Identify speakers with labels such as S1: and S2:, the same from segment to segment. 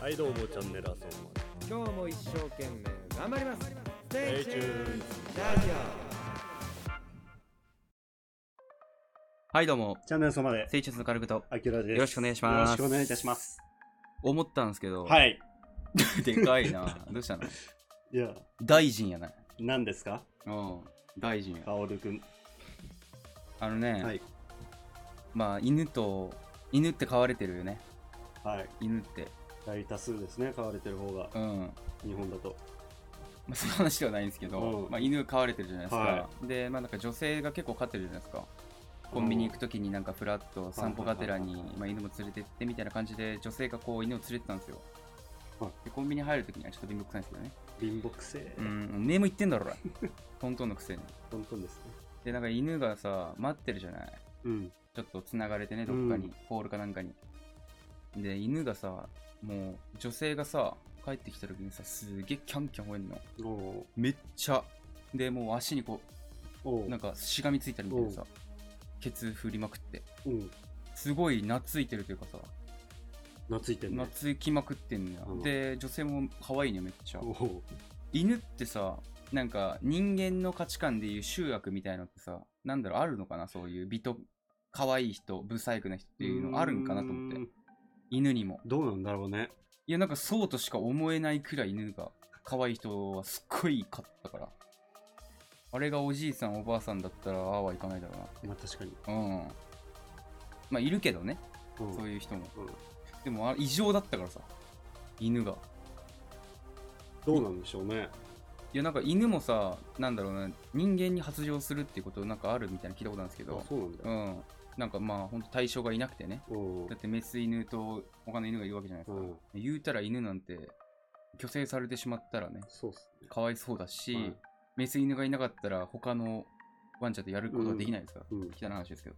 S1: はいどうもチャンネルはそんま
S2: 今日も一生懸命頑張ります Stay
S1: Stay tuned.
S2: tuned ラジ
S3: はいどうも、
S1: チャンネルそまで
S3: セイチューズのカルグと
S1: あきらです
S3: よろしくお願いします
S1: よろしくお願いいたします
S3: 思ったんですけど、、
S1: はいい
S3: でかい な。どうしたの
S1: いや
S3: 大臣やない。
S1: 何ですか
S3: うん、大臣や。
S1: カオルくん
S3: あのね、
S1: はい
S3: まあ犬と、犬って飼われてるよね。
S1: はい
S3: 犬って。
S1: 大多数ですね買われてる方が
S3: うん。ま
S1: 日本だと
S3: あ、そういう話ではないんですけど、
S1: うん
S3: まあ犬飼われてるじゃないですか。
S1: は
S3: で、まあなんか女性が結構飼ってるじゃないですか。コンビニ行くときになんかふらっと散歩がてら
S1: はい
S3: に
S1: はいはいは、
S3: まあ、犬も連れてってみたいな感じで女性がこう犬を連れてたんですよ
S1: はい。
S3: でコンビニ入るときにはちょっと貧乏くさいんですけどね。
S1: 貧乏くせえ、
S3: うん、ネーム言ってんだろ、俺トントンのくせに。
S1: 本当ですね
S3: で、なんか犬がさ、待ってるじゃない。
S1: うん
S3: ちょっと繋がれてね、どっかに、
S1: うん
S3: ポールかなんかに。で、犬がさ、もう女性がさ、帰ってきた時にさ、すげえキャンキャン吠えんの。
S1: お
S3: めっちゃ。で、もう足にこ
S1: おお
S3: う、なん
S1: か
S3: かしがみついたりみたいなさ、ケツ振りまくって。
S1: うん
S3: すごい懐いてるというかさ、
S1: 懐いてるね
S3: 懐きまくってんのよ。
S1: うん
S3: で、女性も可愛いね、めっちゃ
S1: お。お
S3: 犬ってさなんか人間の価値観でいう集悪みたいのってさなんだろうあるのかなそういう美と可愛い人不細工な人っていうのあるんかなと思って
S1: うーん
S3: 犬にも
S1: どうなんだろうね
S3: いやなんかそうとしか思えないくらい犬が可愛い人はすっごい飼ったからあれがおじいさんおばあさんだったらああはいかないだろ
S1: まあ確かに、
S3: うなうんまあいるけどね
S1: うん、
S3: そういう人も
S1: うん
S3: でもあ異常だったからさ犬が
S1: どうなんでしょうね
S3: いやなんか犬もさなんだろうな人間に発情するっていうことなんかあるみたいな聞いたことなんですけ
S1: あ
S3: ど
S1: そうなんだ
S3: う
S1: よ、
S3: ん、なんかまあ本当対象がいなくてね
S1: うん
S3: だってメス犬と他の犬がいるわけじゃないですか、
S1: うん
S3: 言うたら犬なんて虚勢されてしまったらね
S1: そうっすね
S3: かわいそうだし、
S1: はい
S3: メス犬がいなかったら他のワンちゃんとやることはできないですから、
S1: うん
S3: 汚い話ですけど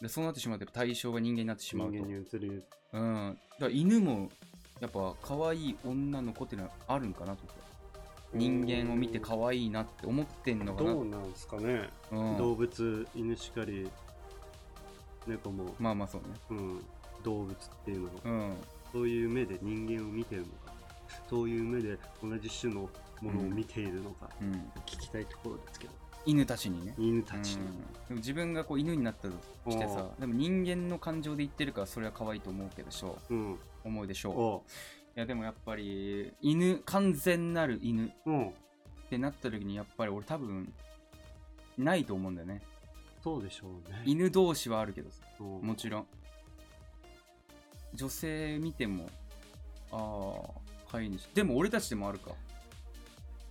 S3: でそうなってしまうと対象が人間になってしまうと、
S1: 人間に移る
S3: うん、だから犬もやっぱ可愛い女の子ってのはあるんかなと思って人間を見て可愛いなって思ってんのかな
S1: どうなんすかね、
S3: うん
S1: 動物犬しかり猫も、
S3: まあまあそうね
S1: うん、動物っていうのは、
S3: うん
S1: そういう目で人間を見てるのかそういう目で同じ種のものを見ているのか、
S3: うん
S1: 聞きたいところですけど
S3: 犬たちにね、
S1: 犬たち
S3: う
S1: の
S3: ん、でも自分がこう犬になったとしてさでも人間の感情で言ってるからそれは可愛いと思うけどしょ
S1: うんうん
S3: う思うでしょ
S1: お
S3: ういやでもやっぱり犬完全なる犬っ
S1: うん
S3: てなった時にやっぱり俺多分ないと思うんだよね
S1: そうでしょうね
S3: 犬同士はあるけどさ
S1: うん
S3: もちろん女性見てもああ飼い主でも俺たちでもあるか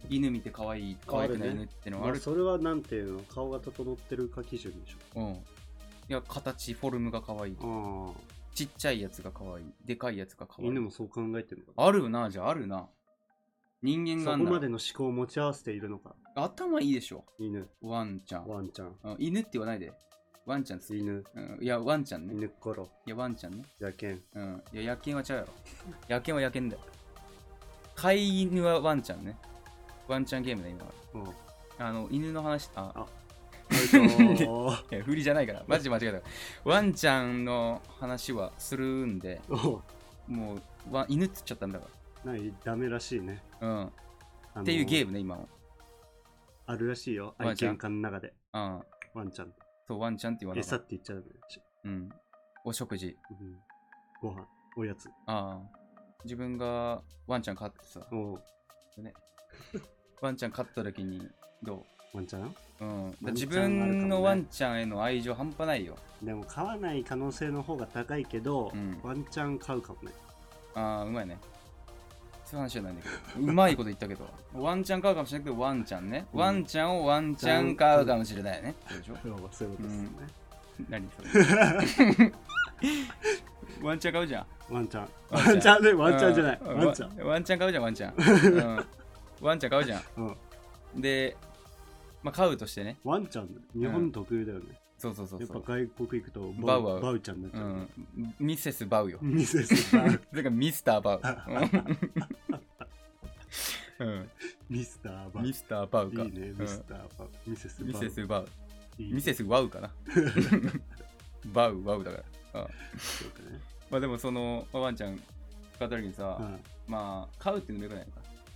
S3: 犬見て可愛い可愛くない犬ってのは
S1: ま
S3: あ
S1: あ
S3: る
S1: それはなんていうの顔が整ってるか基準でし
S3: うんいや形フォルムが可愛いとか
S1: ょあ
S3: ちっちゃいやつが可愛い。でかいやつが
S1: あ
S3: 可愛い。
S1: 犬もそう考えてるのか
S3: あるよな、じゃああるな。人間
S1: そ
S3: があ
S1: こ
S3: んだ
S1: までの思考を持ち合わせているのか
S3: 頭いいでしょ。
S1: 犬
S3: ワンちゃん。
S1: ワンちゃん
S3: うん犬って言わないで。ワンちゃんっす、
S1: 犬
S3: うん。いや、ワンちゃんね。
S1: 犬っころ
S3: いや、ワンちゃんね。
S1: じゃけん
S3: うん。いや、野犬は違うやろ。 野犬は野犬だよ。飼い犬はワンちゃんね。ワンちゃんゲームだ、今は。
S1: うん
S3: あの、犬の話、あ、
S1: お
S3: いや、振りじゃないから。マジで間違えた。ワンちゃんの話はするんで、
S1: お
S3: もう、ワン犬っつっちゃったんだか
S1: ないダメらしいね、
S3: ら。うん。っていうゲー
S1: ム
S3: ムね、今は。
S1: あるらしいよ
S3: ワ
S1: 愛
S3: ンちゃん
S1: 犬家の中で
S3: うん。
S1: ワンちゃん
S3: そう、ワンちゃんって言わなか
S1: 餌
S3: っ
S1: って言っちゃダメだし、
S3: た。うん。お食事。
S1: うん、ご飯おやつ
S3: ああ。自分がワンちゃん飼ってさ、
S1: おう
S3: ワンちゃん飼った時に、ど
S1: ワンちゃん
S3: ううん。だから
S1: ワンち
S3: 自
S1: ゃんあるかもね
S3: 分のワンちゃんへの愛情半端ないよ。
S1: でも飼わない可能性の方が高いけど、
S3: うん
S1: ワンちゃん飼うかもね
S3: ああ、うまいね。そういう話じゃないんだけど。うまいこと言ったけど。ワンちゃん飼うかもしれないけど、ワンちゃんね。
S1: うん
S3: ワンちゃんをワンちゃん飼うかもしれないよね。そうでしょ
S1: そうそういうことですよね、
S3: 何そ れワンちゃん飼うじゃん。
S1: ワンちゃん
S3: ワンちゃ
S1: ワンちゃ
S3: ん
S1: んねワンちゃんじゃない、
S3: う
S1: ワンちゃん
S3: わワンちゃん買うじゃん、ワンちゃん。 うんワンちゃん買うじゃん。
S1: うん
S3: で、まあ、買うとしてね。
S1: ワンちゃんね日本特有だよね、
S3: そうそうそう
S1: やっ
S3: そ
S1: ぱ
S3: う。
S1: 外国行くと
S3: バウアウ
S1: バウちゃんになっち
S3: う
S1: ゃう、
S3: ん、ミセス・バウよ。
S1: ミセスバウ
S3: それからミスター・バウ。 うん
S1: ミスターバウ
S3: ミスター・バウか。
S1: いいねミスターバウ、ミセス
S3: うんミ
S1: バウ
S3: セス・バウ。
S1: いいね
S3: ミセス・ワウ かな。バウ、ワウだから。
S1: そうだね
S3: まあでもその、まあワンちゃん買った時にさ、
S1: うん
S3: まあ買うっていうのもよくない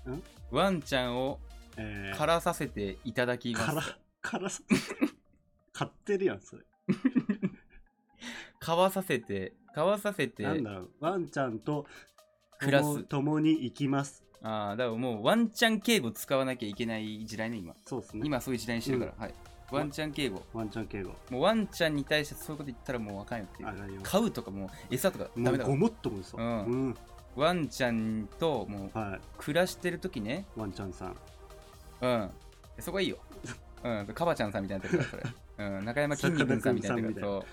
S3: の
S1: ん
S3: かワンちゃんを
S1: えー、
S3: からさせていただきます
S1: からからさ 買ってるやんそれ
S3: 買わさせて買わさせて
S1: なんだろうワンちゃんと
S3: 暮ら
S1: 共
S3: す
S1: 共に行きます
S3: ああだからもうワンちゃん敬語使わなきゃいけない時代ね今
S1: そうですね
S3: 今そういう時代にしてるから、はいワンちゃん敬語
S1: ワンちゃん敬語
S3: もうワンちゃんに対してそういうこと言ったらもうわかんよってい
S1: あ
S3: う
S1: なります
S3: 買うとかもう餌とか
S1: も
S3: ダ
S1: う
S3: メだ
S1: ご
S3: わ
S1: もっともです
S3: うん
S1: うん、
S3: ワンちゃんともう
S1: は
S3: 暮らしてる時ね
S1: いワンちゃんさん
S3: うんそこはいいようんカバちゃんさんみたいになってるからそ れ、うん、中山きんに君さんみたいになってるからそ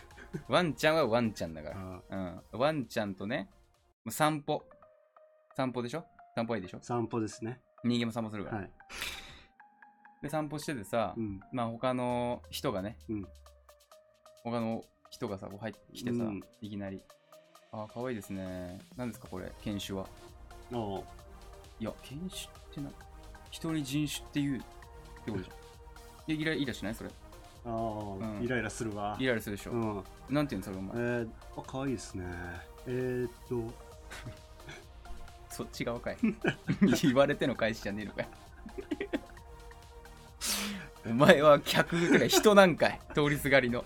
S3: うワンちゃんはワンちゃんだから
S1: あ
S3: うん、ワンちゃんとね、もう散歩。散歩でしょ散歩はいいでしょ
S1: 散歩ですね
S3: 人間も散歩するから。
S1: はい、
S3: で、散歩しててさ、
S1: うん、
S3: まあ他の人がね、
S1: うん
S3: 他の人がさ、こう入ってきてさ、
S1: うん
S3: いきなり。あー、かわいいですね。何ですかこれ、犬種は。
S1: おう
S3: いや、犬種ってな、人に人種って言うってことじゃん。で、イライラしないそれ。
S1: あー、
S3: うん
S1: イライラするわ
S3: イライラするでしょ、
S1: うん
S3: なんて言うのそれ、お前。
S1: えー、あ可愛いですねえー、っと
S3: そっち側かい。言われての返しじゃねえのかい。 お前は客とか人なんかい。通りすがりの。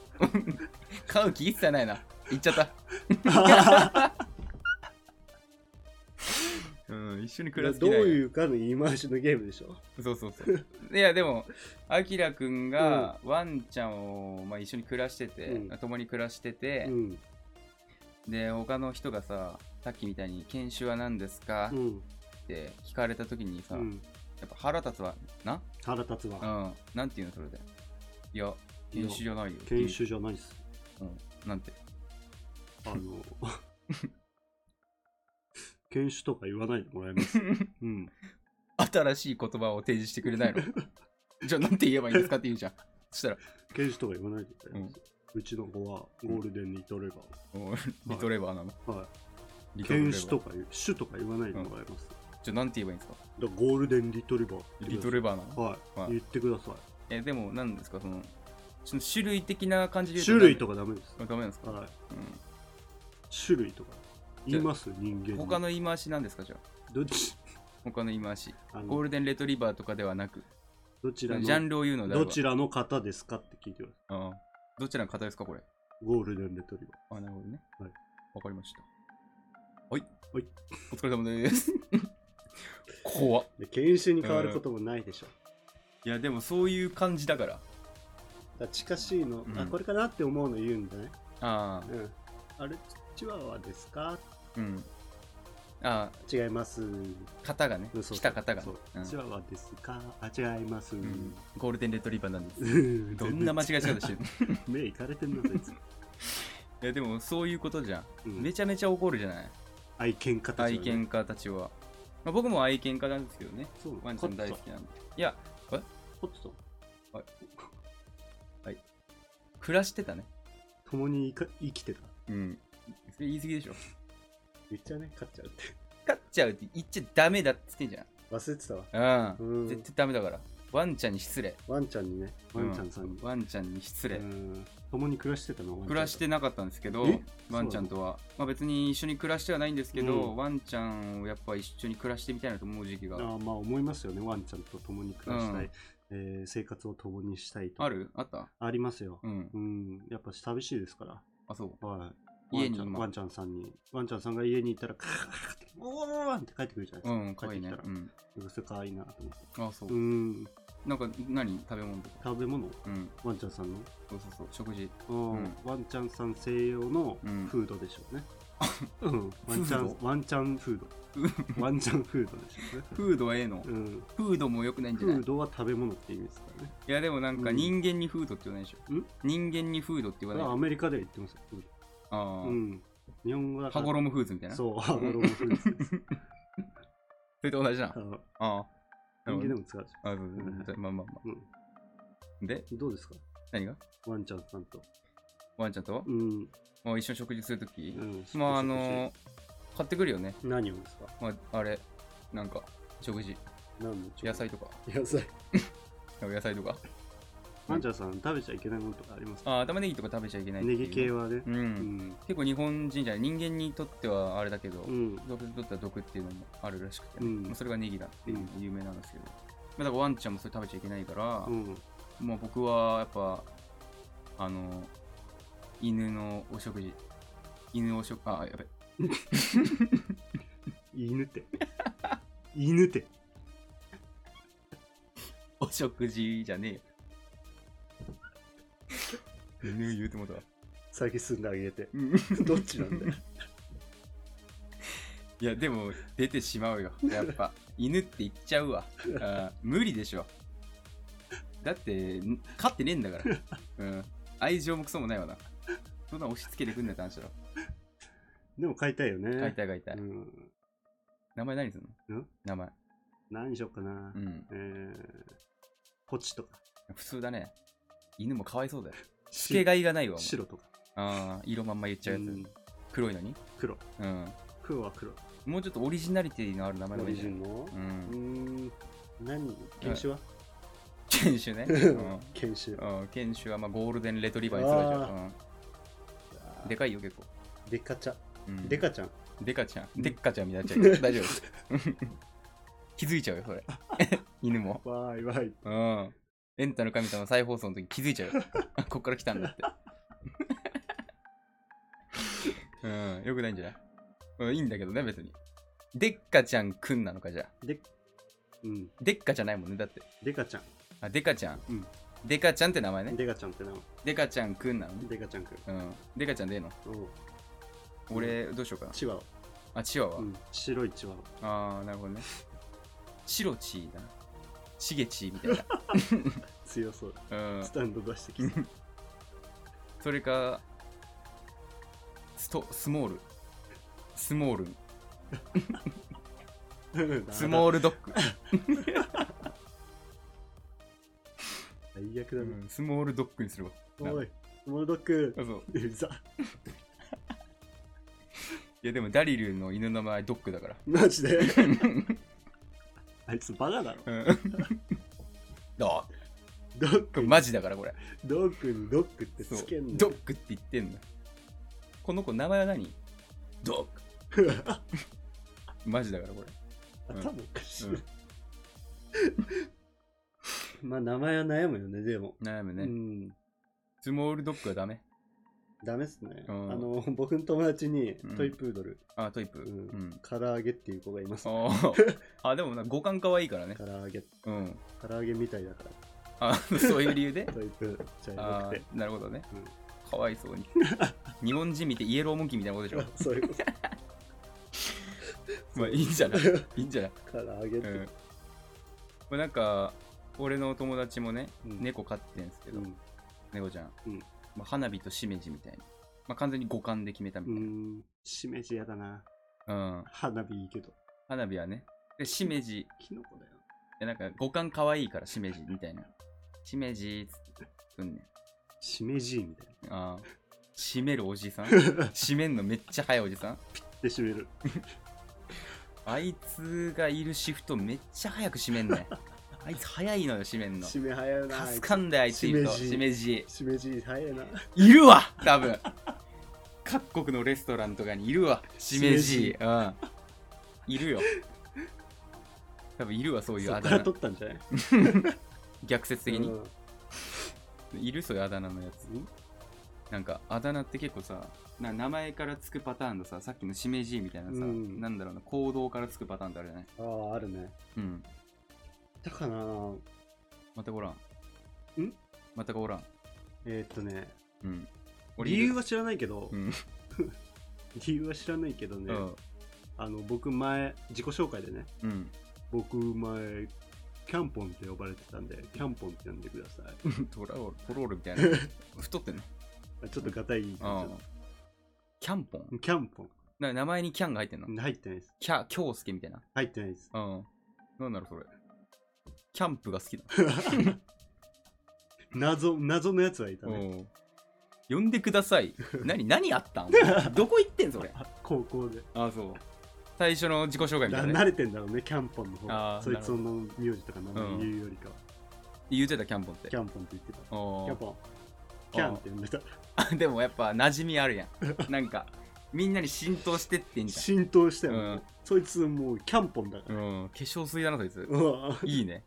S3: 買う気一切ないな。言っちゃった。うん、一緒に暮らす
S1: どういううかの言い回しのゲームでしょ
S3: そうそうそう。いや、でも、あきらくんがワンちゃんを、まあ、一緒に暮らしてて、
S1: うん
S3: 共に暮らしてて
S1: う、ん
S3: で、他の人がさ、さっきみたいに犬種は何ですか、
S1: う
S3: っ
S1: ん
S3: て聞かれた時に
S1: う
S3: さ、
S1: ん
S3: やっぱ腹立つわな
S1: 腹立つわ
S3: うん。なんていうのそれで。いや、
S1: いや
S3: 研修じゃないよ。
S1: 研修じゃないっす
S3: うん。なんて。
S1: あの 研修とか言わないでもらえ ますうん
S3: 新しい言葉を提示してくれな いのじゃあなんて言えばいいんですかって言うじゃん。そしたら、
S1: 研修とか言わないでもらえます、うちの子はゴールデンリトレバ
S3: おーリトレバーなの。
S1: ーはい
S3: リトレバ
S1: 犬
S3: ー。
S1: 種とか言う種とか言わないでもらえます、
S3: じゃあなんて言えばいいんですか
S1: だからゴールデンリトリバーって言って
S3: リ
S1: くだ
S3: トレバー
S1: さ
S3: な
S1: い
S3: の
S1: はい、
S3: はい
S1: 言ってくださ
S3: え、でもなんですかその、その種類的な感じ
S1: い
S3: で
S1: 種類と
S3: か。
S1: かダメです、
S3: あダメなんですか、
S1: はい
S3: うん、
S1: 種類とか言います人間に
S3: 他の言い回しなんですかじゃあ。
S1: どっち
S3: 他の言い回し。
S1: あ
S3: ゴー
S1: の
S3: ルデンレトリバーとかではなく、
S1: どち
S3: ジ
S1: ら
S3: ャン
S1: の
S3: ルを言うのであれ
S1: ど
S3: ば。
S1: ちらの方ですかって聞いてくださ
S3: うんどちらの方ですかこれ。
S1: いゴールデンレトリバ
S3: あ、なるほどね。
S1: はい。
S3: わかりました。はい。
S1: はい。
S3: お疲れ様です。 怖っ。
S1: ーで犬種に変わることもないでしょ、
S3: いや、でもそういう感じだから。
S1: だから近しいの、
S3: うん
S1: あこれかなって思うの言うんだね
S3: ああ、
S1: うんあれチワワですか
S3: うん。あ
S1: 違います
S3: あ、型がね、
S1: そうそう
S3: 来た型がね
S1: そう、
S3: うん
S1: チワワですかあ違います、う
S3: うんゴールデンレトリバーなんです。
S1: ん、
S3: どんな間違い方してるの
S1: 目いかれてんなそいつ、
S3: いや、でもそういうことじゃ。
S1: うんん
S3: めちゃめちゃ怒るじゃない
S1: 愛犬家たち
S3: 愛
S1: はね
S3: 犬家たちは。まあ、僕も愛犬家なんですけどね。
S1: そう
S3: ワンちゃん大好きなんで。いや、
S1: コットと
S3: はい暮らしてたね。
S1: 共に生か生きてた
S3: うん。それ言い過ぎでしょ。
S1: 言っちゃね勝っちゃうって
S3: 勝っちゃうって言っちゃダメだっつってんじゃん。
S1: 忘れてたわ
S3: うん
S1: うん
S3: 絶対ダメだから。ワンちゃんに失礼。
S1: ワンちゃんにねワンちゃんさんに、
S3: ワンちゃんに失礼。
S1: うん共に暮らしてたの
S3: 暮らしてなかったんですけど
S1: え、
S3: ワンちゃんとは。まあ別に一緒に暮らしてはないんですけど、
S1: うん
S3: ワンちゃんをやっぱ一緒に暮らしてみたいなと思う時期
S1: あ
S3: が
S1: あ。まあ思いますよねワンちゃんと共に暮らしたい、
S3: うん
S1: えー生活を共にしたいと
S3: あるあった
S1: ありますよ
S3: うん。
S1: うん、やっぱ寂しいですから、
S3: あ、そう。
S1: はい、
S3: 家に
S1: ワンちゃん
S3: 今
S1: ワンちゃんさんにワンちゃんさんが家に行ったらカーッてゴーンって帰ってくるじゃな
S3: う
S1: い
S3: ん、
S1: ですか、
S3: かわ
S1: 帰
S3: い
S1: っ
S3: い
S1: て
S3: ね
S1: きたら、。
S3: うん。
S1: うん、それ可愛いなと思って
S3: あ、そう
S1: う。ん
S3: なんか、何食べ物とか。
S1: 食べ物
S3: うん。
S1: ワンちゃんさんの
S3: そうそうそう。食事。
S1: うん
S3: ん、
S1: ワンちゃんさん西洋の
S3: うん
S1: フードでしょう ね。うん、ワンちゃ
S3: フ
S1: ん、
S3: ード
S1: ワンちゃんフード。ワンちゃんフードでしょうね。
S3: フードはええの
S1: うん、
S3: フードも良くないんじゃ
S1: フ
S3: ない
S1: ードは食べ物って意味ですからね。
S3: いや、でもなんか
S1: うん
S3: 人間にフードって言わないでしょ
S1: ん。
S3: 人間にフードって言
S1: こ
S3: わ
S1: れ
S3: ない
S1: はア。メリカでは言ってますよ。
S3: あ
S1: う
S3: あ。
S1: ん、日本語だから。
S3: 羽衣フーズみたいな。そ
S1: そう、ハゴ ロムフードです。
S3: れと同じな。
S1: あの
S3: ああ。
S1: 人間でも使うでし
S3: あ、そうそう
S1: うん
S3: じゃあまあまあま
S1: ょ。
S3: あ。で、
S1: うん、どうですか
S3: 何が
S1: ワンちゃんさんと。
S3: ワンちゃんと、
S1: うん、
S3: もう一緒に食事するとき、
S1: うん。
S3: まあ
S1: 少
S3: あ
S1: し
S3: の買ってくるよね。
S1: 少し何をですか
S3: まああれ、なんか、食事、
S1: 何の
S3: 野菜とか、
S1: 野菜。
S3: なんか野菜とか。
S1: ワンちゃんさん食べちゃいけないものとかありますか
S3: あー玉ねぎとか食べちゃいけないってい
S1: ネ
S3: う
S1: ギ系はねう
S3: う。
S1: んん。
S3: 結構日本人じゃない人間にとってはあれだけど、
S1: うん。
S3: 動物にとっては毒っていうのもあるらしくて、
S1: うん
S3: まあそれがネギだっていうのが有名なんですけど、まあだからワンちゃんもそれ食べちゃいけないから
S1: う、ん。
S3: もう僕はやっぱあの犬のお食事犬お食あやべ
S1: 犬っ て。犬って。
S3: お食事じゃね えよ犬言うてもうたわ
S1: 先進んであげて。
S3: うん
S1: どっちなん だよ。
S3: いやでも出てしまうよやっぱ犬って言っちゃうわあー無理でしょだってん飼ってねえんだから、うん、愛情もクソもないわなそんな押し付けてくんなって話だろ
S1: でも飼いたいよね。
S3: 飼いたい飼いたい、
S1: うん。
S3: 名前何すんの
S1: ん
S3: 名前
S1: 何にしようかな
S3: う。ん
S1: えー、ポチとか。
S3: 普通だね犬もかわいそうだよつけ
S1: 白
S3: がいがないわもう
S1: 白とか。
S3: ああ色まんま言っちゃうやつ、
S1: うん
S3: 黒いのに
S1: 黒。
S3: うん
S1: 黒は黒。
S3: もうちょっとオリジナリティのある名前
S1: オ
S3: がいい
S1: リ
S3: ね
S1: ジンのう
S3: う。
S1: んん。何犬種は
S3: 犬種 ね、うん
S1: 犬種。
S3: うん、犬種はまあゴールデンレトリバーにするでし
S1: あ
S3: ょ、うん、でかいよ結構、
S1: でかちゃ。
S3: うん、
S1: でかちゃん。
S3: でかちゃん
S1: うん
S3: でっかちゃんみたいになっちゃ うけど大丈夫 気づいちゃうよそれ 犬も
S1: わーいわーい。
S3: うんエンタの神様再放送の時気づいちゃうよ こっから来たんだって うんよくないんじゃない、うん、いいんだけどね別にでっかちゃんくんなのかじゃあ
S1: で、うん。
S3: でっかじゃないもんねだって
S1: でかちゃん。
S3: あでかちゃん、
S1: うん
S3: でかちゃんって名前ね
S1: でかちゃんって名前。
S3: でかちゃんくんなのね
S1: でかちゃんくん。
S3: うんでかちゃんでええの
S1: おう
S3: 俺どうしようかな
S1: チワワ。
S3: あチワワ、
S1: うん。白いチワワ。
S3: ああなるほどねチロチーだなチゲチーみたいな
S1: 強そう。
S3: うん
S1: ス、タンド出して きて。
S3: それかストスモールスモールンスモールドッグ、
S1: 最悪だな。
S3: うんスモールドッグにするわ
S1: おい、スモールドッグ
S3: あ。そう
S1: うざ。
S3: いやでもダリルの犬の名前ドッグだから
S1: マジ で。あいつバカだろ。
S3: うんド
S1: ドッ
S3: ッ
S1: グ
S3: グマジだ からこれ
S1: ドッグにドッグって
S3: そう
S1: つけんの。
S3: ドッグって言ってんのこの子名前は何ド ッグマジだからこれ
S1: 頭おかしい。
S3: うん
S1: まあ名前は悩むよね、でも。
S3: 悩む
S1: う
S3: ね、
S1: ん。
S3: スモールドッグはダメ
S1: ダメっすね。あ
S3: うん
S1: の、 僕の友達に
S3: うん
S1: トイプードル、
S3: あトイプ
S1: う
S3: うんん、
S1: 唐揚げっていう子がいます。
S3: あーあでもな五感可愛いからね
S1: 唐揚げ、
S3: うん
S1: 唐揚げみたいだから。
S3: あそういう理由で
S1: トイプーじゃな
S3: あ
S1: くて。
S3: ーなるほどね、
S1: うん
S3: かわいそ うに日本人見てイエローモンキーみたいなことでし
S1: そういう こと。
S3: ょまあいいんじゃないいいんじゃない
S1: 唐揚げっ
S3: うん
S1: て。
S3: まあなんか俺の友達もね、
S1: うん
S3: 猫飼ってんすけど、
S1: うん
S3: 猫ちゃん、
S1: うん
S3: まあ、花火としめじみたいな、まあ、完全に五感で決めたみ
S1: う
S3: たいな、
S1: ん、しめじやだな。
S3: うん
S1: 花火いいけど。
S3: 花火はねでしめじい
S1: キノコだよ。
S3: やなんか五感可愛いからしめじみたいなしめじーっつってくんねん
S1: しめじみたいな。
S3: ああ閉めるおじさ ん閉めんのめっちゃ早いおじさん
S1: で、しめる。
S3: あいつがいるシフトめっちゃ早く閉めん ねあいつ早いのよ閉めんの
S1: しめ早いな。あいつ
S3: 助かんだよあいついると
S1: し
S3: し
S1: め
S3: めじ
S1: しめじ早いな。
S3: いるわ 多分各国のレストランとかにいるわしめ
S1: しめ
S3: じうんいるよ多分いるわそういう
S1: そ
S3: あ
S1: っから
S3: だ名
S1: 取ったんじゃない
S3: 逆説的
S1: う
S3: に
S1: ん
S3: いるそういうあだ名のやつなんかあだ名って結構さな名前からつくパターンのささっきのしめじみたいなさ、
S1: うん
S3: なんだろうな行動からつくパターンってあるじゃない
S1: ああ、あるね。
S3: うん
S1: だから、
S3: 全くおらん
S1: ん
S3: 全くおらん
S1: えーっとね、
S3: うん
S1: 理由は知らないけど
S3: う、ん
S1: 理由は知らないけどね
S3: う、ん
S1: あの、僕前、自己紹介でね、
S3: うん
S1: 僕前、キャンポンって呼ばれてたんで、キャンポンって呼んでくださ い。
S3: トラオルトロールみたい な太ってんの
S1: ちょっとガタイいい感
S3: うんキャンポン
S1: じキャンポ
S3: な名前にキャンが入ってんの
S1: ン。入ってないです。
S3: キャ京介みたいな
S1: 入ってないです。
S3: うんなんだろうそれキャンプが好きな
S1: 謎、謎のやつはいたね。
S3: の呼んでくだ さい何何あったんお前どこ行ってんそれあ
S1: 高校で。
S3: あそう最初の自己紹介みた
S1: だ
S3: いなね
S1: 慣れてんだろうね、キャンポンの方
S3: あ
S1: が。
S3: ー
S1: そいつの名字とか名前言うよりかは。
S3: 言うてたキャンポンって
S1: キャンポンって言ってた。
S3: お
S1: キャ
S3: ー
S1: ンポン。キャンって呼んでた。
S3: でもやっぱ馴染みあるやんなんかみんなに浸透してってんじ
S1: 浸透したよ、
S3: うん
S1: そいつもうキャンポンだか
S3: ゃん、うん、化粧水だなそいつ
S1: ら。うわ
S3: いいね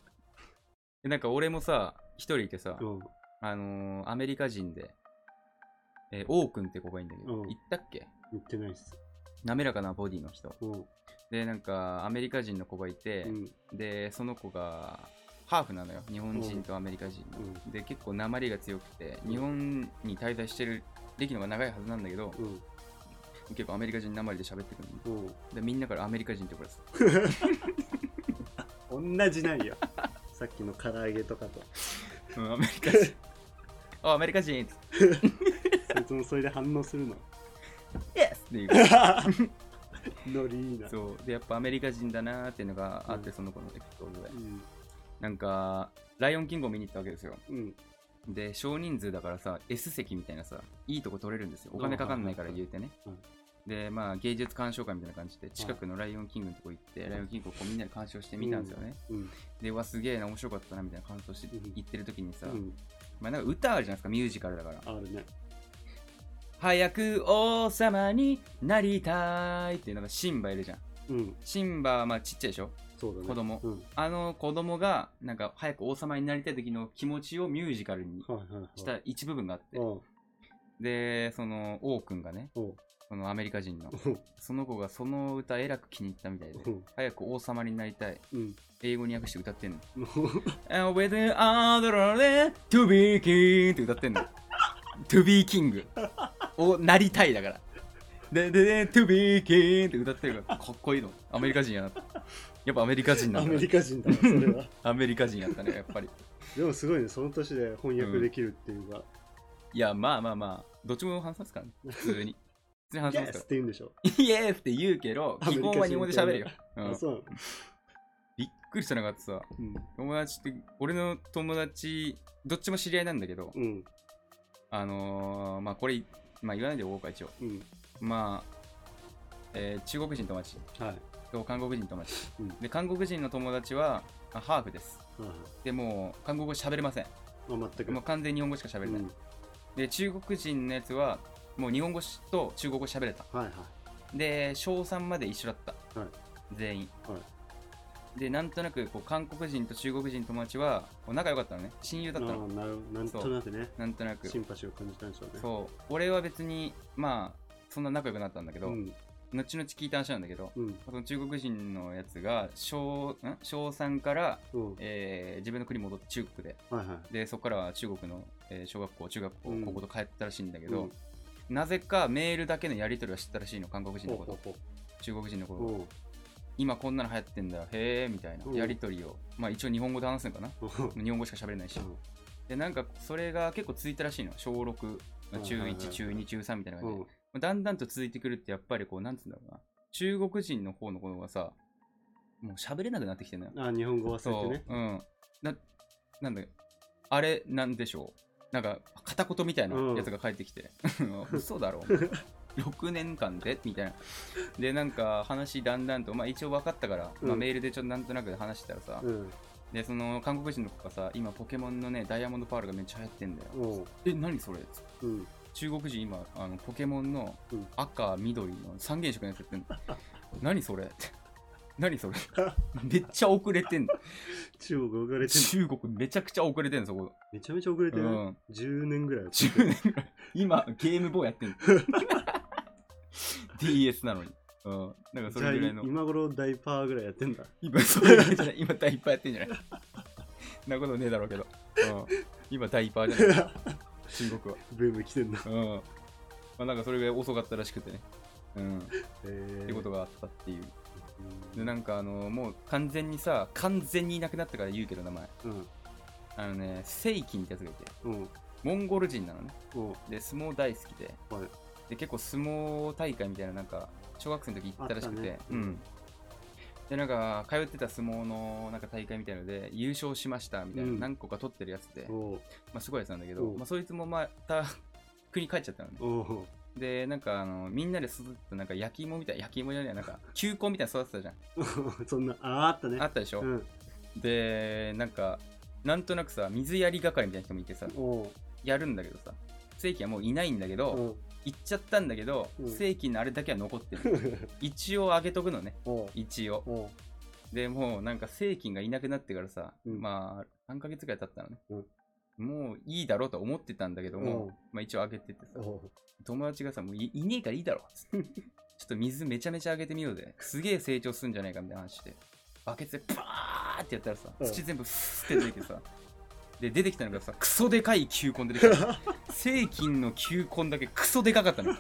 S3: えなんか俺もさ一人いてさ、
S1: うん。
S3: あのーアメリカ人で、えー、オー君って子がいいんだけど、
S1: うん
S3: 行ったっけ
S1: 言ってないっす。
S3: 滑らかなボディの人
S1: うん。
S3: でなんかアメリカ人の子がいて、
S1: うん。
S3: でその子がハーフなのよ日本人とアメリカ人の、で結構りが強くて
S1: うん
S3: 日本に滞在してる歴の方が長いはずなんだけど
S1: うん。
S3: 結構アメリカ人りで喋ってくるの
S1: うん。
S3: でみんなからアメリカ人って呼ばれてた
S1: うん。同じなんよ。さっきの唐揚げとかと。
S3: うん、アメリカ人。おアメリカ人っつっ
S1: そいつもそれで反応する の。
S3: て、Yes! っていう。
S1: ノリいいな。
S3: そう。で、やっぱアメリカ人だなーっていうのがあって、その子のエピソードで
S1: う。ん。
S3: なんか、ライオンキングを見に行ったわけですよ。
S1: うん。
S3: で、少人数だからさ、S 席みたいなさ、いいとこ取れるんですよ。お金かかんないから
S1: うん
S3: 言うてね
S1: うん。
S3: で、まあ、芸術鑑賞会みたいな感じで、近くのライオンキングのとこ行って、
S1: うん
S3: ライオンキングをこうみんなで鑑賞してみたんですよね。
S1: うん。
S3: で、うわ、すげえな、面白かったな、みたいな感想して
S1: うん
S3: 言ってる時に
S1: う
S3: さ、
S1: ん。
S3: まあ、なんか歌あるじゃないですか、ミュージカルだから。
S1: あるね。
S3: 早く王様になりたいっていうのがシンバいるじゃん。
S1: うん。
S3: シンバはまあちっちゃいでしょ
S1: そうだね。
S3: 子供
S1: うん。
S3: あの子供がなんか早く王様になりたい時の気持ちをミュージカルに
S1: はいはいはい。
S3: した一部分があって
S1: う、ん。
S3: でその王くんがね
S1: うん。
S3: そのアメリカ人の
S1: うん
S3: その子がその歌えらく気に入ったみたいで
S1: うん
S3: 早く王様になりたい
S1: うん。
S3: 英語に訳して歌ってんの
S1: も
S3: 「And with the other day to be king」って歌って んの「to be king」をなりたいだからででで「to be king」って歌ってるからかっこいいのアメリカ人やなってやっぱアメリカ人
S1: う
S3: な
S1: ア
S3: んだ
S1: メ
S3: な
S1: リカ人だな、それ は。
S3: アメリカ人やったね、やっぱり。
S1: でもすごいね、その年で翻訳できるっていうか、
S3: いや、まあまあまあ、どっちも反射ですか らね、普通に。普通に反
S1: イ
S3: 射
S1: エ
S3: で
S1: スっ
S3: す
S1: て
S3: か
S1: 言うんでしょ。
S3: ら。イエーって言うけど、
S1: アメリ
S3: 基
S1: カ人
S3: 本は日本で喋るよ。う
S1: あ
S3: ん、
S1: そう
S3: びっくりしたのがあってさ、
S1: なの
S3: 友達って、俺の友達、どっちも知り合いなんだけど、
S1: うん。うん。
S3: あのー、まあこれ、まあ言わないでおこうか、一応。
S1: うん。
S3: まあ、えー中国人友達
S1: はい。
S3: と韓国人友達。
S1: うん
S3: で、韓国人の友達は、あハーフです。
S1: はい
S3: でもう、韓国語喋れません。
S1: まあ、全く。
S3: もう完全に日本語しか喋れない。
S1: うん
S3: で中国人のやつはもう日本語と中国語喋れた
S1: はいはい。
S3: で小3まで一緒だった、
S1: は
S3: 全員、
S1: は
S3: でなんとなくこう韓国人と中国人友達はこう仲良かったのね親友
S1: あ
S3: だ
S1: あ
S3: ったの
S1: なるなんとなくね、
S3: なんとなく
S1: シンパシーを感じたんでしょうね。
S3: そう俺は別にまあそんな仲良くなったんだけど、
S1: うん。
S3: 後々聞いた話なんだけど
S1: うん。
S3: その中国人のやつが小ん小3から、
S1: うん。
S3: えー自分の国戻って中国で
S1: はいはい。
S3: でそこからは中国の、えー小学校中学校
S1: うん
S3: 高校と帰ったらしいんだけ
S1: け
S3: ど、
S1: うん、
S3: なぜかメールだけのやり取りは知ってたらしいの、韓国人
S1: ほ
S3: の
S1: う
S3: こ
S1: ほ
S3: と、
S1: う
S3: 中国人のこ
S1: ほう
S3: と、今こんなの流行ってんだ、へーみたいな
S1: うん
S3: やり取りを、まあ一応日本語で話すのかな、
S1: うんうん
S3: 日本語しか喋れないし、で、なんかそれが結構続いたらしいの、小6、
S1: うん
S3: 中
S1: はいはいは
S3: 1、
S1: い
S3: 中2、中3みたいな感
S1: う
S3: じで
S1: ん、
S3: まあだんだんと続いてくるって、やっぱりこう、なんつうんだろうな、中国人の方の子がさ、もう喋れなくなってきてんのよ。
S1: あ、日本語忘
S3: そう、
S1: れてね。
S3: うん。な、なんだよあれなんでしょうなんか、片言みたいなやつが返ってきて、 嘘だろ、6年間でみたいな。で、なんか話だんだんと、まあ一応分かったから、まあ、
S1: うん
S3: メールでちょっとなんとなく話してたらさ、
S1: うん。
S3: で、その韓国人の子がさ、今ポケモンのね、ダイヤモンドパールがめっちゃ流行ってんだよ。
S1: うん。
S3: え、何それ
S1: うん。
S3: 中国人今、あのポケモンの
S1: うん
S3: 赤、緑の三原色のやつ やってんの。何それって何それめっちゃ遅れてんの。
S1: 中国遅れてる。
S3: 中国めちゃくちゃ遅れてんのそこ、
S1: めちゃめちゃ遅れて
S3: う
S1: る。
S3: ん、
S1: 10年ぐらい遅れ
S3: 10
S1: てる。
S3: 年ぐらい今ゲームボーイやってんの DS なのに、うん、なんかそれぐらいの
S1: じゃあ今頃大パーぐらいやってんだ。
S3: 今それぐらいじゃない今大パーやってんじゃないそんなことねえだろうけど、うん、今大パーじゃない中国は
S1: ブーム来てんだ。
S3: うんまあ、なんかそれぐらい遅かったらしくてねうん、っ
S1: えー、
S3: てことがあったっていう
S1: う
S3: で
S1: ん。
S3: なんかあのもう完全にさ完全にいなくなったから言うけど名前
S1: うん。
S3: あのねセイキンってやつがいて
S1: うん。
S3: モンゴル人なのね
S1: うん。
S3: で相撲大好きで
S1: はい。
S3: で結構相撲大会みたいななんか小学生の時行ったらしくて、
S1: あったね
S3: うんでなんか通ってた相撲のなんか大会みたいので優勝しましたみたいな、
S1: うん
S3: 何個か取ってるやつで、ま
S1: おう
S3: あ、すごいやつなんだけど、
S1: おう
S3: まあ、そいつもまた 国帰っちゃったのね
S1: おお
S3: でなんかあのみんなで育てたなんか焼き芋みたい焼き芋じゃないなんか 球根みたいなの育てたじゃん
S1: そんなああったね
S3: あったでしょ、
S1: うん
S3: でなんかなんとなくさ水やり係みたいな人もいてさ
S1: おう
S3: やるんだけどさ正規はもういないんだけど、
S1: おう
S3: 行っちゃったんだけど、
S1: うん
S3: 正規のあれだけは残っ てる一応あげとくのね
S1: おう
S3: 一応
S1: おう
S3: でもうなんか正規がいなくなってからさ、
S1: うん
S3: まあ3ヶ月ぐらい経ったのね、もういいだろうと思ってたんだけど
S1: う
S3: も、
S1: ん
S3: まあ一応あげててさ
S1: おう
S3: 友達がさもういいねえからいいだろっつって ちょっと水めちゃめちゃあげてみようぜすげえ成長すんじゃないかみたいな話してバケツでパーってやったらさ
S1: うん
S3: 土全部スーって出てきてさ、で出てきたのがさクソでかい球根出てきた正金の球根だけクソでかかったの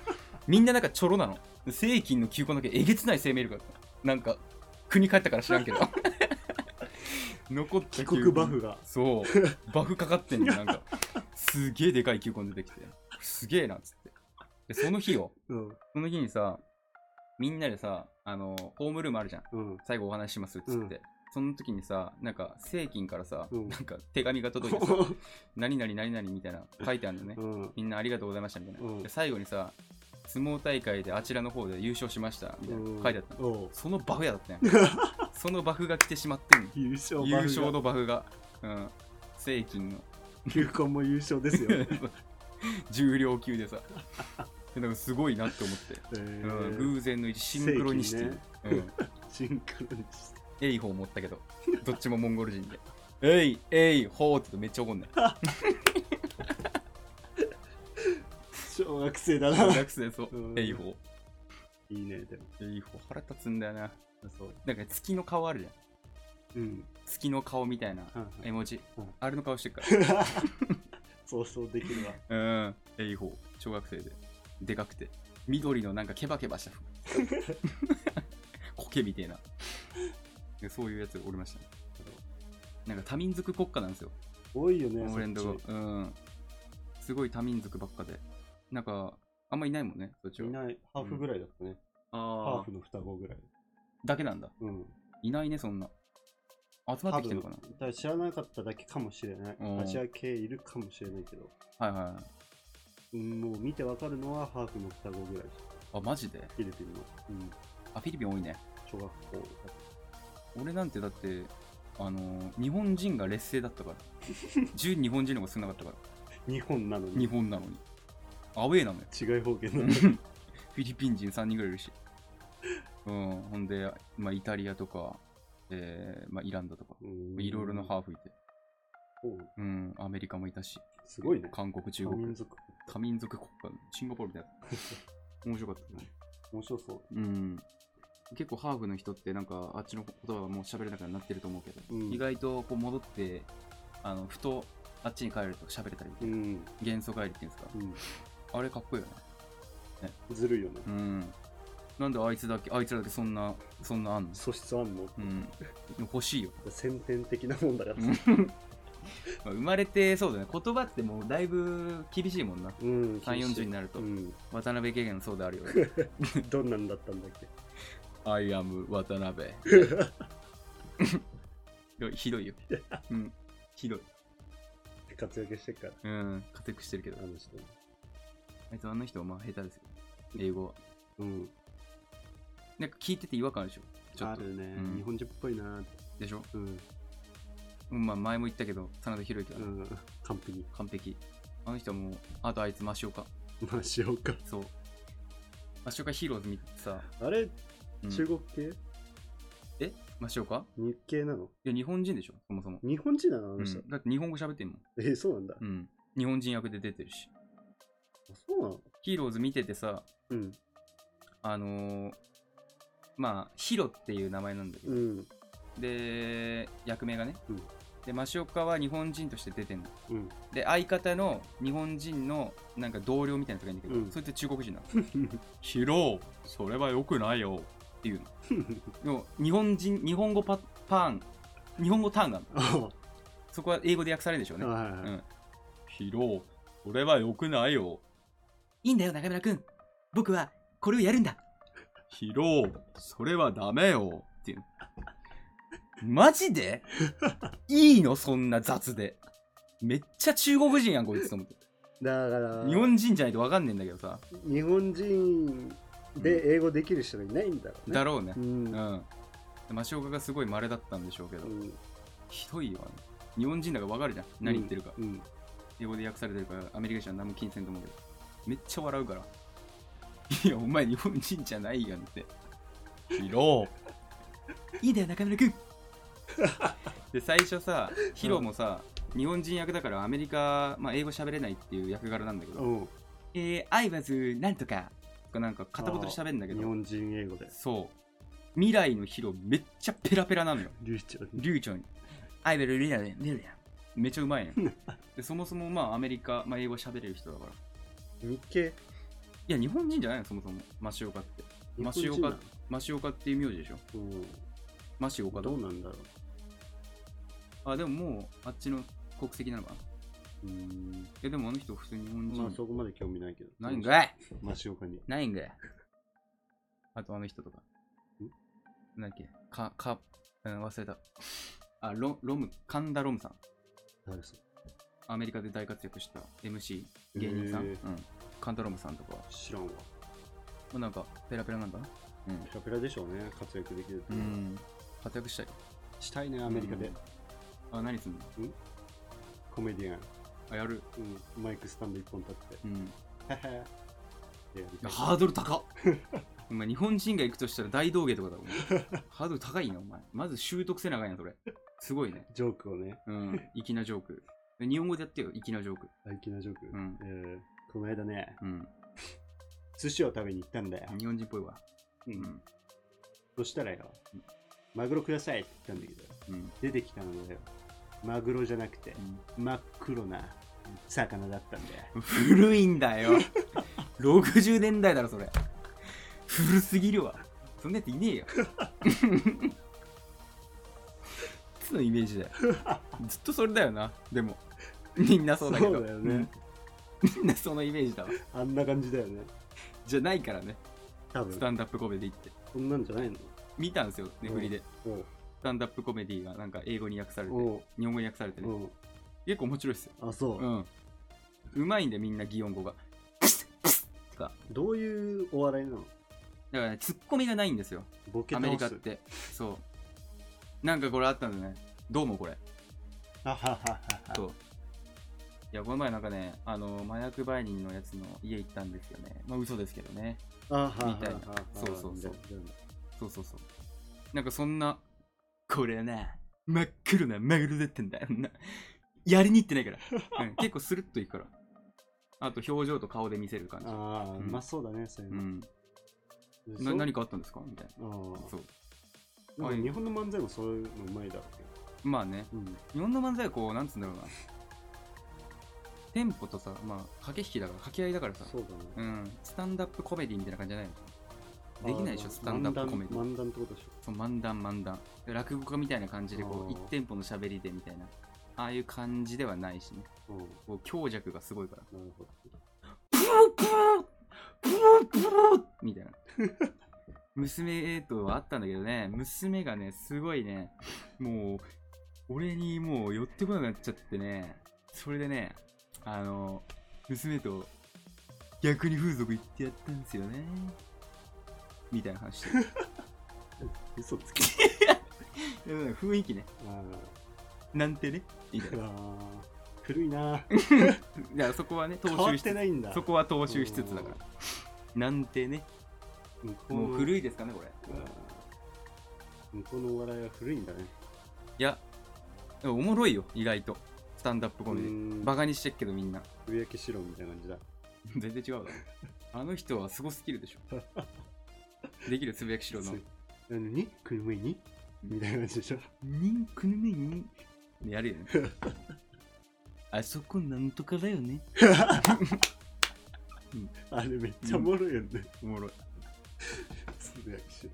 S3: みんななんかちょろなの正金の球根だけえげつない生命力だったなんか国帰ったから知らんけど残った
S1: 帰
S3: 球根
S1: 国バフが
S3: そうバフかかってんのなんかすげえでかい球根出てきてすげえなっつってでその日を
S1: うん
S3: その日にさみんなでさあのホームルームあるじゃん
S1: うん
S3: 最後お話ししますっつって、
S1: うん
S3: その時にさなんか正金からさ、
S1: うん
S3: なんか手紙が届いてさ何々何々みたいな書いてあるのね
S1: うん
S3: みんなありがとうございましたみたいな、
S1: うん
S3: で最後にさ相撲大会であちらの方で優勝しましたみたいな
S1: うん
S3: 書いてあったの、
S1: おう
S3: そのバフやだっ たんやそのバフが来てしまってんの
S1: 優勝
S3: 優
S1: バフ
S3: 勝
S1: が
S3: のバフが、うん、正金の
S1: 球根も優勝です よ
S3: 重量級でさでなんかすごいなって思 って、
S1: え
S3: うん、
S1: ー
S3: 偶然の一致シンクロニシティ、
S1: 正規ね
S3: うん
S1: シンクロニシ
S3: エイホー持ったけど、 どっちもモンゴル人で。エイ、エイ、ホーって言うとめっちゃ 怒んない。
S1: ティ小学生だな
S3: 学生そう
S1: う。ん
S3: エイホ
S1: いいねでも
S3: ー。エイホー。腹立つんだよな。
S1: そう
S3: なんか月の顔あるじゃん。
S1: うん
S3: 月の顔みたいな
S1: うん
S3: 絵文字
S1: うん。
S3: あれの顔してる か
S1: 想像できるわ
S3: ら。うん。エイホー。小学生で。でかくて。緑のなんかケバケバした服。 コケみてえな。でそういうやつおりましたね。なんか多民族国家なんですよ。
S1: 多いよね
S3: 俺んと
S1: そっ
S3: こ。うん。すごい多民族ばっかで。なんか、あんまいないもんね、そっち
S1: ち
S3: は。
S1: いないハーフぐらいだったねハ
S3: あ
S1: ーフの双子ぐらい
S3: だけなんだ。
S1: うん
S3: いないね、そんな。集まってきてるのか
S1: 多分だから知らなかっただけかもしれない
S3: うん
S1: アジア系いるかもしれないけど
S3: なはいはいはい。
S1: うんもう見てわかるのはハーフの双子ぐらい
S3: あ、マジで
S1: フィリピンのうん
S3: あ、フィリピン多いね。
S1: 小学校
S3: 俺なんてだって、あのー日本人が劣勢 だったから。純日本人の方が少なかったから。
S1: 日本なのに
S3: 日本なのに。アウェーなのよ。
S1: 違い方言なの
S3: フィリピン人3人ぐらいい るし。うん、ほんで、まあ、イタリアとか、えーまあ、イランダとか、いろいろな
S1: ー
S3: ハーフいて。
S1: フ
S3: うん、アメリカもいたし、
S1: すごいね
S3: 韓国、中
S1: 多民
S3: 国、
S1: 族
S3: 多民族国家、シンガポールみたいな。 面白かったね。
S1: 面白そう
S3: うん、結構ハーフの人ってなんかあっちの言葉がもう喋れなくなってると思うけど、
S1: うん
S3: 意外とこう戻ってあのふとあっちに帰ると喋れたり
S1: う
S3: できる
S1: ん
S3: 元素帰りっていうんですか
S1: うん
S3: あれかっこいいよね
S1: ずるいよね
S3: うんなんであいつだけあいつらだけそんなそんなあんの
S1: 素質あんの
S3: うん欲しいよ、
S1: 先天的なもんだから
S3: うんまあ生まれてそうだね言葉ってもうだいぶ厳しいもんな
S1: うん
S3: 3 4 0に
S1: な
S3: なると、
S1: うん
S3: 渡辺家のそうであるよ
S1: どんなんだったんだっけ
S3: I am 渡 辺ひどいひどいよ、うん、ひどい
S1: 活躍してっから
S3: うん、活躍してるけど
S1: あ。の人
S3: あいつあの人はまあ下手ですよ。英語は。
S1: うん
S3: なんか聞いてて違和感あるでしょちょ
S1: あ
S3: っと。
S1: るね
S3: うん
S1: 日本人っぽいな
S3: でしょ
S1: うん
S3: うんまあ前も言ったけど、真田広之
S1: う
S3: はね
S1: ん完璧に
S3: 完璧。あの人はもう、あとあいつマシオカ。
S1: まあしようか
S3: そう。マシオカヒーローズ見てさ、
S1: あれ
S3: うん
S1: 中国系
S3: えマシオカ
S1: 日系なの
S3: いや、日本人でしょそもそも。
S1: 日本人なのあ
S3: う
S1: の人
S3: ん、だって日本語喋ってんもん。
S1: えそうなんだ
S3: うん。日本人役で出てるし。
S1: そうなの
S3: ヒーローズ見ててさ、
S1: うん
S3: あのー、まあ、ヒロっていう名前なんだけど、
S1: うん
S3: で、役名がね。
S1: うん
S3: で、マシオカは日本人として出てんの。
S1: うん
S3: で相方の日本人のなんか同僚みたいな人がいるんだけど、
S1: うん
S3: そいつ中国人なの ヒロそれはよくないよっ ていうのでも日本人日本語パパーン日本語ターンがあるの
S1: あ
S3: そこは英語で訳されるでしょう
S1: あ
S3: ね
S1: はいはいはい
S3: ヒロそれはよくないよいいんだよ中村くん僕はこれをやるんだヒロそれはダメよっていうマジでいいのそんな雑でめっちゃ中国人やんこいつと思って
S1: だから
S3: 日本人じゃないと分かんねえんだけどさ、
S1: 日本人で英語できる人がいないんだろうね
S3: だろうね
S1: う
S3: うんん、でマシオカがすごい稀だったんでしょうけど、
S1: うん
S3: ひどいよあの日本人だからわかるじゃん。何言ってるか。
S1: うん
S3: 英語で訳されてるから、アメリカ人は何も気にせんと思うけど。めっちゃ笑うから。いや、お前日本人じゃないやんって。ヒロいいんだよ、中村くんで、最初さ、ヒロもさ、日本人役だからアメリカ、まあ、英語喋れないっていう役柄なんだけど、
S1: おう
S3: えー、アイバズなんとかとかなんか片言で喋るんだけ
S1: 日
S3: ど、
S1: 本人英語で
S3: そう。未来のヒロめっちゃペラペラなのよ。
S1: 流暢に
S3: 流暢に。アイベルリアで、リアで。めっちゃうまいや ん。でそもそもまあアメリカ、まあ、英語喋れる人だから。い
S1: 日系
S3: や、日本人じゃないの、そもそも。マシオカって。マシオカ
S1: 日
S3: マシオカっていう名字でしょ。
S1: 本人なの
S3: マシオ
S1: う
S3: カ
S1: んど
S3: だ
S1: う。なんだろ
S3: あ、でももうあっちの国籍なのかな。いう
S1: うん
S3: や、でもあの人普通に日本人。
S1: まあそこまで興味ないけど
S3: ないんかい
S1: マシオカに
S3: ないんかいあとあの人とか。なんだっけか、か、うん、忘れた。あ、ロロム、神田ロムさん。
S1: 誰それ
S3: アメリカで大活躍した MC、芸人さん。
S1: へ
S3: う
S1: え
S3: ん。神田ロムさんとかは。
S1: 知らんわ
S3: まあなんか、ペラペラなんだな。うん
S1: ペラペラでしょうね活躍できると
S3: うん。活躍したい。
S1: したいねアメリカで
S3: うんあ、何すんの
S1: コメディアン
S3: あ、やる。
S1: うんマイクスタンド一本立って
S3: うん。
S1: へ へいややりたい
S3: ハードル高っ お前日本人が行くとしたら大道芸とかだもん。ハードル高いな、お前。まず習得せなあかんやん、それ。すごいね。
S1: ジョークをね
S3: うん。粋なジョーク。日本語でやってよ、粋なジョーク。
S1: あ粋なジョーク、
S3: うん
S1: えーこの間ね
S3: うん。
S1: 寿司を食べに行ったんだよ、
S3: 日本人っぽいわ。
S1: う
S3: うんん。
S1: そしたらよ
S3: うん
S1: マグロくださいって言ったんだけど
S3: うん。
S1: 出てきたのがよマグロじゃなくて真っ黒な魚だったんだよ
S3: うん古いんだよ。60年代だろ、それ。古すぎるわ。そんなやついねえよ。いつのイメージだよ。ずっとそれだよな、でも。みんなそうだけど。
S1: そうだよね
S3: うんみんなそのイメージだわ。
S1: あんな感じだよね
S3: じゃないからね、
S1: 多
S3: ス
S1: 分
S3: タンダップコメディって。
S1: こんなんじゃないの
S3: 見たんですよ、ネフリで。
S1: おう
S3: スタンダップコメディがなんか英語に訳されて、
S1: おう
S3: 日本語に訳されてね。
S1: おう
S3: 結構面白いっすよ。
S1: あそう、
S3: うん。うまいんだよ、みんな擬音語が。
S1: どういうお笑いなの
S3: だからね、ツッコミがないんですよ。
S1: ボケ
S3: ア
S1: 倒す
S3: メリカってそうなんかこれあったんだねどうもこれ
S1: あははは
S3: そういやこの前なんかねあの麻薬売人のやつの家行ったんですよねまあ嘘ですけどね
S1: あはははは
S3: みたいなそうそうそう
S1: みたいな
S3: そうそうそうなんかそんなこれはな真っ黒なマグロだったんだな やりに行ってないから、 うん、結構スルッといくからあと表情と顔で見せる感じ
S1: ああ、う
S3: うん
S1: まそうだねそういう
S3: う
S1: の、
S3: ん
S1: で
S3: な
S1: そう
S3: 何かあったんですかみたい
S1: あー
S3: なそう
S1: でも日本の漫才もそういうのうまいだろうけ
S3: まあね
S1: ど、うん、
S3: 日本の漫才はこうなんつうんだろうなテンポとさまあ駆け引きだから掛け合いだからさ
S1: そうだね、
S3: うん、スタンダップコメディみたいな感じじゃないのできないでし
S1: あ
S3: ょ、
S1: ー
S3: スタンダップコメディ。
S1: 漫談漫談ってことでしょ。
S3: そう漫談、漫談。落語家みたいな感じで、こ
S1: あ
S3: う、
S1: ー
S3: 一店舗の喋りでみたいな。ああいう感じではないしね。
S1: うん、な
S3: こう強弱がすごいから。
S1: るほど。
S3: プープープープーみたいな。娘とはあったんだけどね、娘がね、すごいね、もう、俺にもう寄ってこなくなっちゃってね、それでね、あの、娘と逆に風俗行ってやったんですよね。みたいな話してる。
S1: 嘘つけ。
S3: いやなんか雰囲気ね。
S1: あ
S3: なんてね。みたい
S1: ー
S3: な。
S1: あー、古いな。
S3: だからそこはね、踏
S1: 変わ
S3: 襲
S1: っ
S3: してつ
S1: ないんだ。
S3: そこは踏襲しつつだから。なんてね。
S1: 向こ
S3: もう
S1: い。
S3: 古いですかね、これ。
S1: あー向こうのお笑いは古いんだね。
S3: いや、でもおもろいよ、意外と。スタンダップコメディ。
S1: ん
S3: バカにしてっけどみんな。
S1: 上焼けしろみたいな感じだ。
S3: 全然違うだろ。あの人はすごスキルでし ょ。できるつぶやきしろの。
S1: あのに車にみたいな感じでしょ。
S3: にんくぬめに。やるよね。 あそこなんとかだよね。
S1: あれめっちゃおもろいよね。
S3: おもろい。
S1: 上焼けしろ。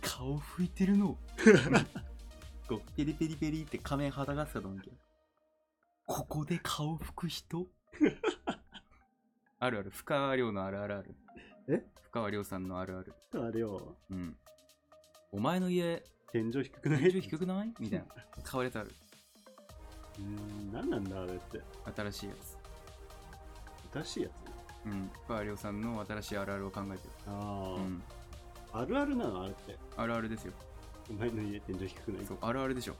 S3: 顔拭いてる の。こうペリペリペリって仮面はたがすかと思うけど。ここで顔拭く 人あるある、深川亮のあるあるある。
S1: え
S3: 深川亮さんのあるある。
S1: ちょっとあれよ、
S3: うん。お前の家、
S1: 天井低くない
S3: 天井低くないみたいな。買われたある。
S1: うーん、何なんだあれって。
S3: 新しいやつ。
S1: 新しいやつ。
S3: うん。深川亮さんの新しいあるあるを考えてる。
S1: ああ、
S3: うん。
S1: あるあるなのあれって。
S3: あるあるですよ。
S1: お前の家天井低くない
S3: そうあるあ るでしょ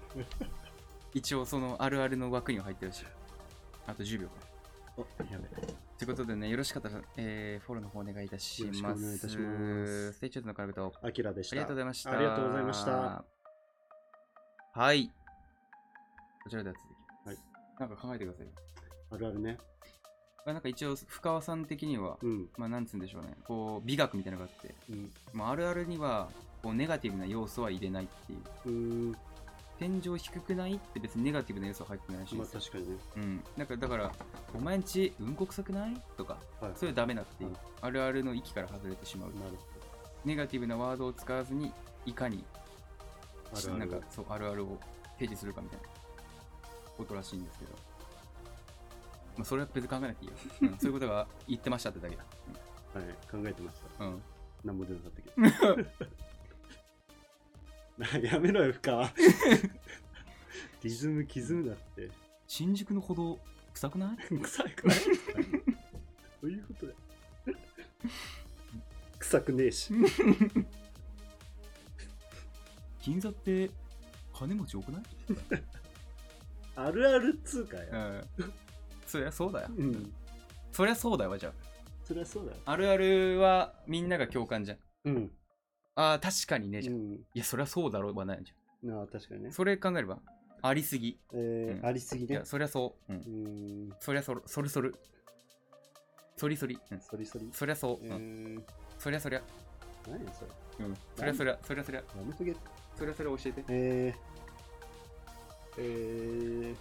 S3: 一応そのあるあるの枠には入ってるしあと10秒か
S1: おやべ
S3: ということでねよろしかったら、えー、フォローの方お願いいたし
S1: よろしくお
S3: ま
S1: 願いい
S3: す
S1: たします
S3: ステイチューンのカルト
S1: あきらでし
S3: あ
S1: た
S3: りがとうございました。
S1: ありがとうございました。
S3: はい。こちらでは続き。
S1: はい。
S3: なんか考えてくださいよ。
S1: あるあるね
S3: まあ、なんか一応、深尾さん的には、
S1: うん
S3: まあ、なんつうんでしょうね。こう、美学みたいなのがあって、
S1: うん
S3: まあ、あるあるには、こう、ネガティブな要素は入れないっていう。
S1: うーん
S3: 天井低くないって別にネガティブな要素は入ってないらしい
S1: ま
S3: で
S1: あ
S3: すよ。
S1: 確かにね
S3: うん。なんか、だから、お前んち、うんこ臭くないとか、
S1: はい
S3: それはダメだっていう
S1: はい。
S3: あるあるの域から外れてしまう。
S1: なるほ
S3: ネガティブなワードを使わずに、いかに
S1: どあるある
S3: なんかそうあるあるを提示するかみたいなことらしいんですけど、まあ、それは別に考えなくていいよ、うんそういうことが言ってましたってだけだ、
S1: はい考えてました
S3: うん、
S1: 何も出なかったけど やめろよ深川リズム歪むだって
S3: 新宿の歩道臭くない
S1: 臭くないどういうことだよ臭くねえし
S3: 銀座って金持ち多くない、
S1: あるあるっつうかよ
S3: うん、そりゃそうだよ
S1: うん
S3: そりゃそうだよじゃ
S1: そりゃそうだよ
S3: ああるあるはみんなが共感じゃん
S1: うん
S3: ああ確かにねじ
S1: う
S3: ゃん、い
S1: ん
S3: やそりゃそうだろうはないじゃ
S1: なあ確かにね
S3: んそれ考えればありすぎ
S1: え
S3: うん
S1: ーありすぎ
S3: い
S1: ね
S3: やそりゃそう、うん
S1: う、ーん
S3: そりゃそろそるそるそりそり、うん、
S1: そりそり
S3: そりゃそう、
S1: え
S3: うん、
S1: ー
S3: そりゃそりゃ
S1: 何やそれ
S3: うん、そりゃそりゃそりゃそりゃ
S1: やめとけ
S3: そりゃそりゃ教えて
S1: えーえー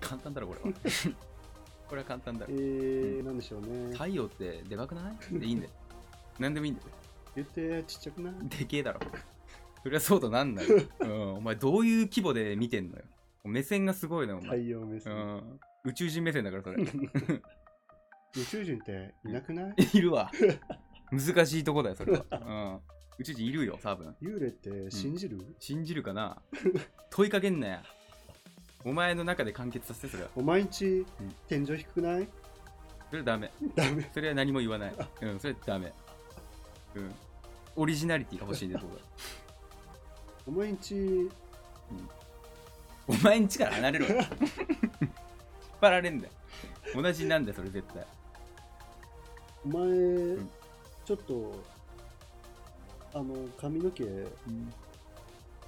S3: 簡単だろこれは これは簡単だ
S1: え
S3: ろ
S1: ーなんでしょうね
S3: 太陽ってでかくないでいいんだよ何でもいいんだよ
S1: 言ってちっちゃくない
S3: でけえだろそりゃそうとなんだよ、うん、お前どういう規模で見てんのよ目線がすごいなお
S1: 太
S3: 前、
S1: 陽目
S3: う
S1: 線、
S3: ん、宇宙人目線だからそれ
S1: 宇宙人っていなくない
S3: いるわ難しいとこだよそれは、うん、宇宙人いるよ多分
S1: 幽霊って信じる、
S3: 信じるかな問いかけんなやお前の中で完結させてそれは
S1: お前んち
S3: うん
S1: 天井低くない、
S3: それはダメ
S1: ダメ
S3: それは何も言わない。うん、それはダメ。うん。オリジナリティが欲しいね、僕は。
S1: お前んち
S3: お前んちから離れろよ。引っ張られんだよ。同じなんだよ、それ絶対。
S1: お前、
S3: ん
S1: ちょっとあの髪の毛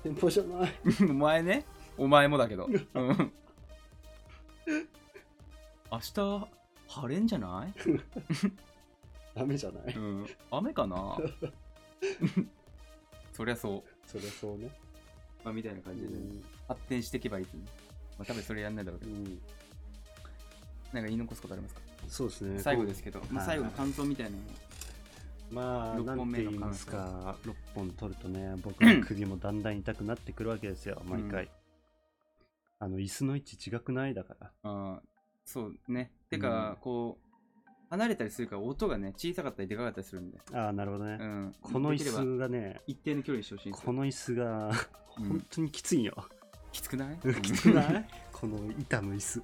S1: 天保じゃない
S3: お 前ね、お前もだけど。うん。明日、晴れんじゃない
S1: ダメじゃない
S3: うん。雨かな そりゃそう。
S1: そりゃそうね
S3: まあ、みたいな
S1: う
S3: 感じで、
S1: ん、
S3: 発展していけばいいですね。まあ、多分それやんないだろうけ
S1: う
S3: ど。
S1: ん、
S3: なんか言い残すことありますか
S1: そうですね
S3: 最後ですけど、まあ、
S1: はい
S3: 最後の感想みたいなのも
S1: まあ
S3: 六
S1: な
S3: 本
S1: ん
S3: 目
S1: て
S3: の
S1: 言いますか6本取ると ね僕の首もだんだん痛くなってくるわけですよ毎回、あの椅子の位置違くないだから
S3: ああ、そうね。てか、
S1: うん
S3: こう、離れたりするから音がね、小さかったりでかかったりするんで。
S1: ああなるほどね、
S3: うん。
S1: この
S3: で
S1: 椅
S3: きれば
S1: 子がね
S3: 一定の距離にしてほしいんです よ
S1: この椅子が
S3: うん
S1: 本当にきついよ、
S3: きつくない
S1: きつくな
S3: うん
S1: いこの板の椅子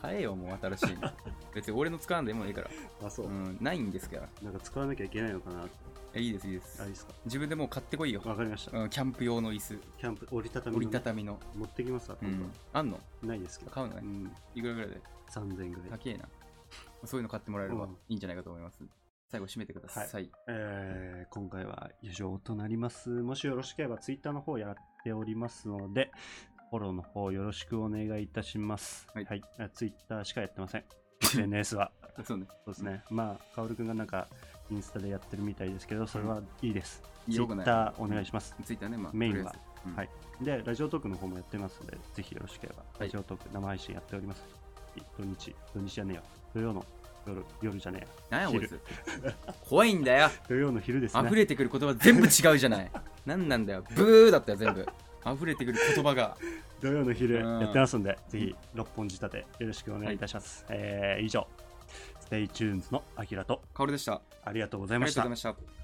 S3: 買えよ、もう新しい の。別に俺の使わんでもいいから。
S1: あそう、
S3: うん、ないんですから。
S1: なんか使わなきゃいけないのかな
S3: えいいです、いいです
S1: あいい。ですか
S3: 自分でもう買ってこいよ。
S1: わかりました、
S3: うん、キャンプ用の椅子、
S1: キャンプ折りたたみのね、
S3: 折りたたみの。
S1: 持ってきますわ
S3: う
S1: 今度、
S3: ん。あんの
S1: ないですけど、
S3: 買うの
S1: う
S3: ね。
S1: ん、
S3: いくらぐらいで
S1: 3000円ぐらい
S3: 高えな。そういうの買ってもらえれば
S1: うん
S3: いいんじゃないかと思います。最後、締めてください。
S1: えー今回は以上となります。もしよろしければツイッターの方やっておりますので、フォローの方よろしくお願いいたします。
S3: はい
S1: ツイッターしかやってません。SNS は。
S3: そうね。
S1: そうですね。まあ、カオルくんがなんかインスタでやってるみたいですけど、それはいいです。ツイ
S3: よく
S1: ッ
S3: ない。
S1: ターお願いします。
S3: ツイッターね、まあ、
S1: メインは
S3: とりあえずうん
S1: はいで、ラジオトークの方もやってますので、ぜひよろしければ、
S3: い
S1: ラジオトーク生配信やっております。土日、土日じゃねえよ。土曜の夜、夜じゃねえよ。
S3: なんやこいつ
S1: 昼
S3: 怖い んだよ
S1: 土曜の昼ですね。
S3: 溢れてくる言葉全部違うじゃない何なんだよブーだったよ全部溢れてくる言葉 が
S1: 土曜の昼
S3: うん
S1: やってますんで、ぜひ六本仕立てよろしくお願いいたします。えー以上、ステイチューンズのアキラと
S3: カオルでしたあ
S1: ありがとうござい
S3: り
S1: ま
S3: がとう
S1: し
S3: ござ
S1: た
S3: いま。した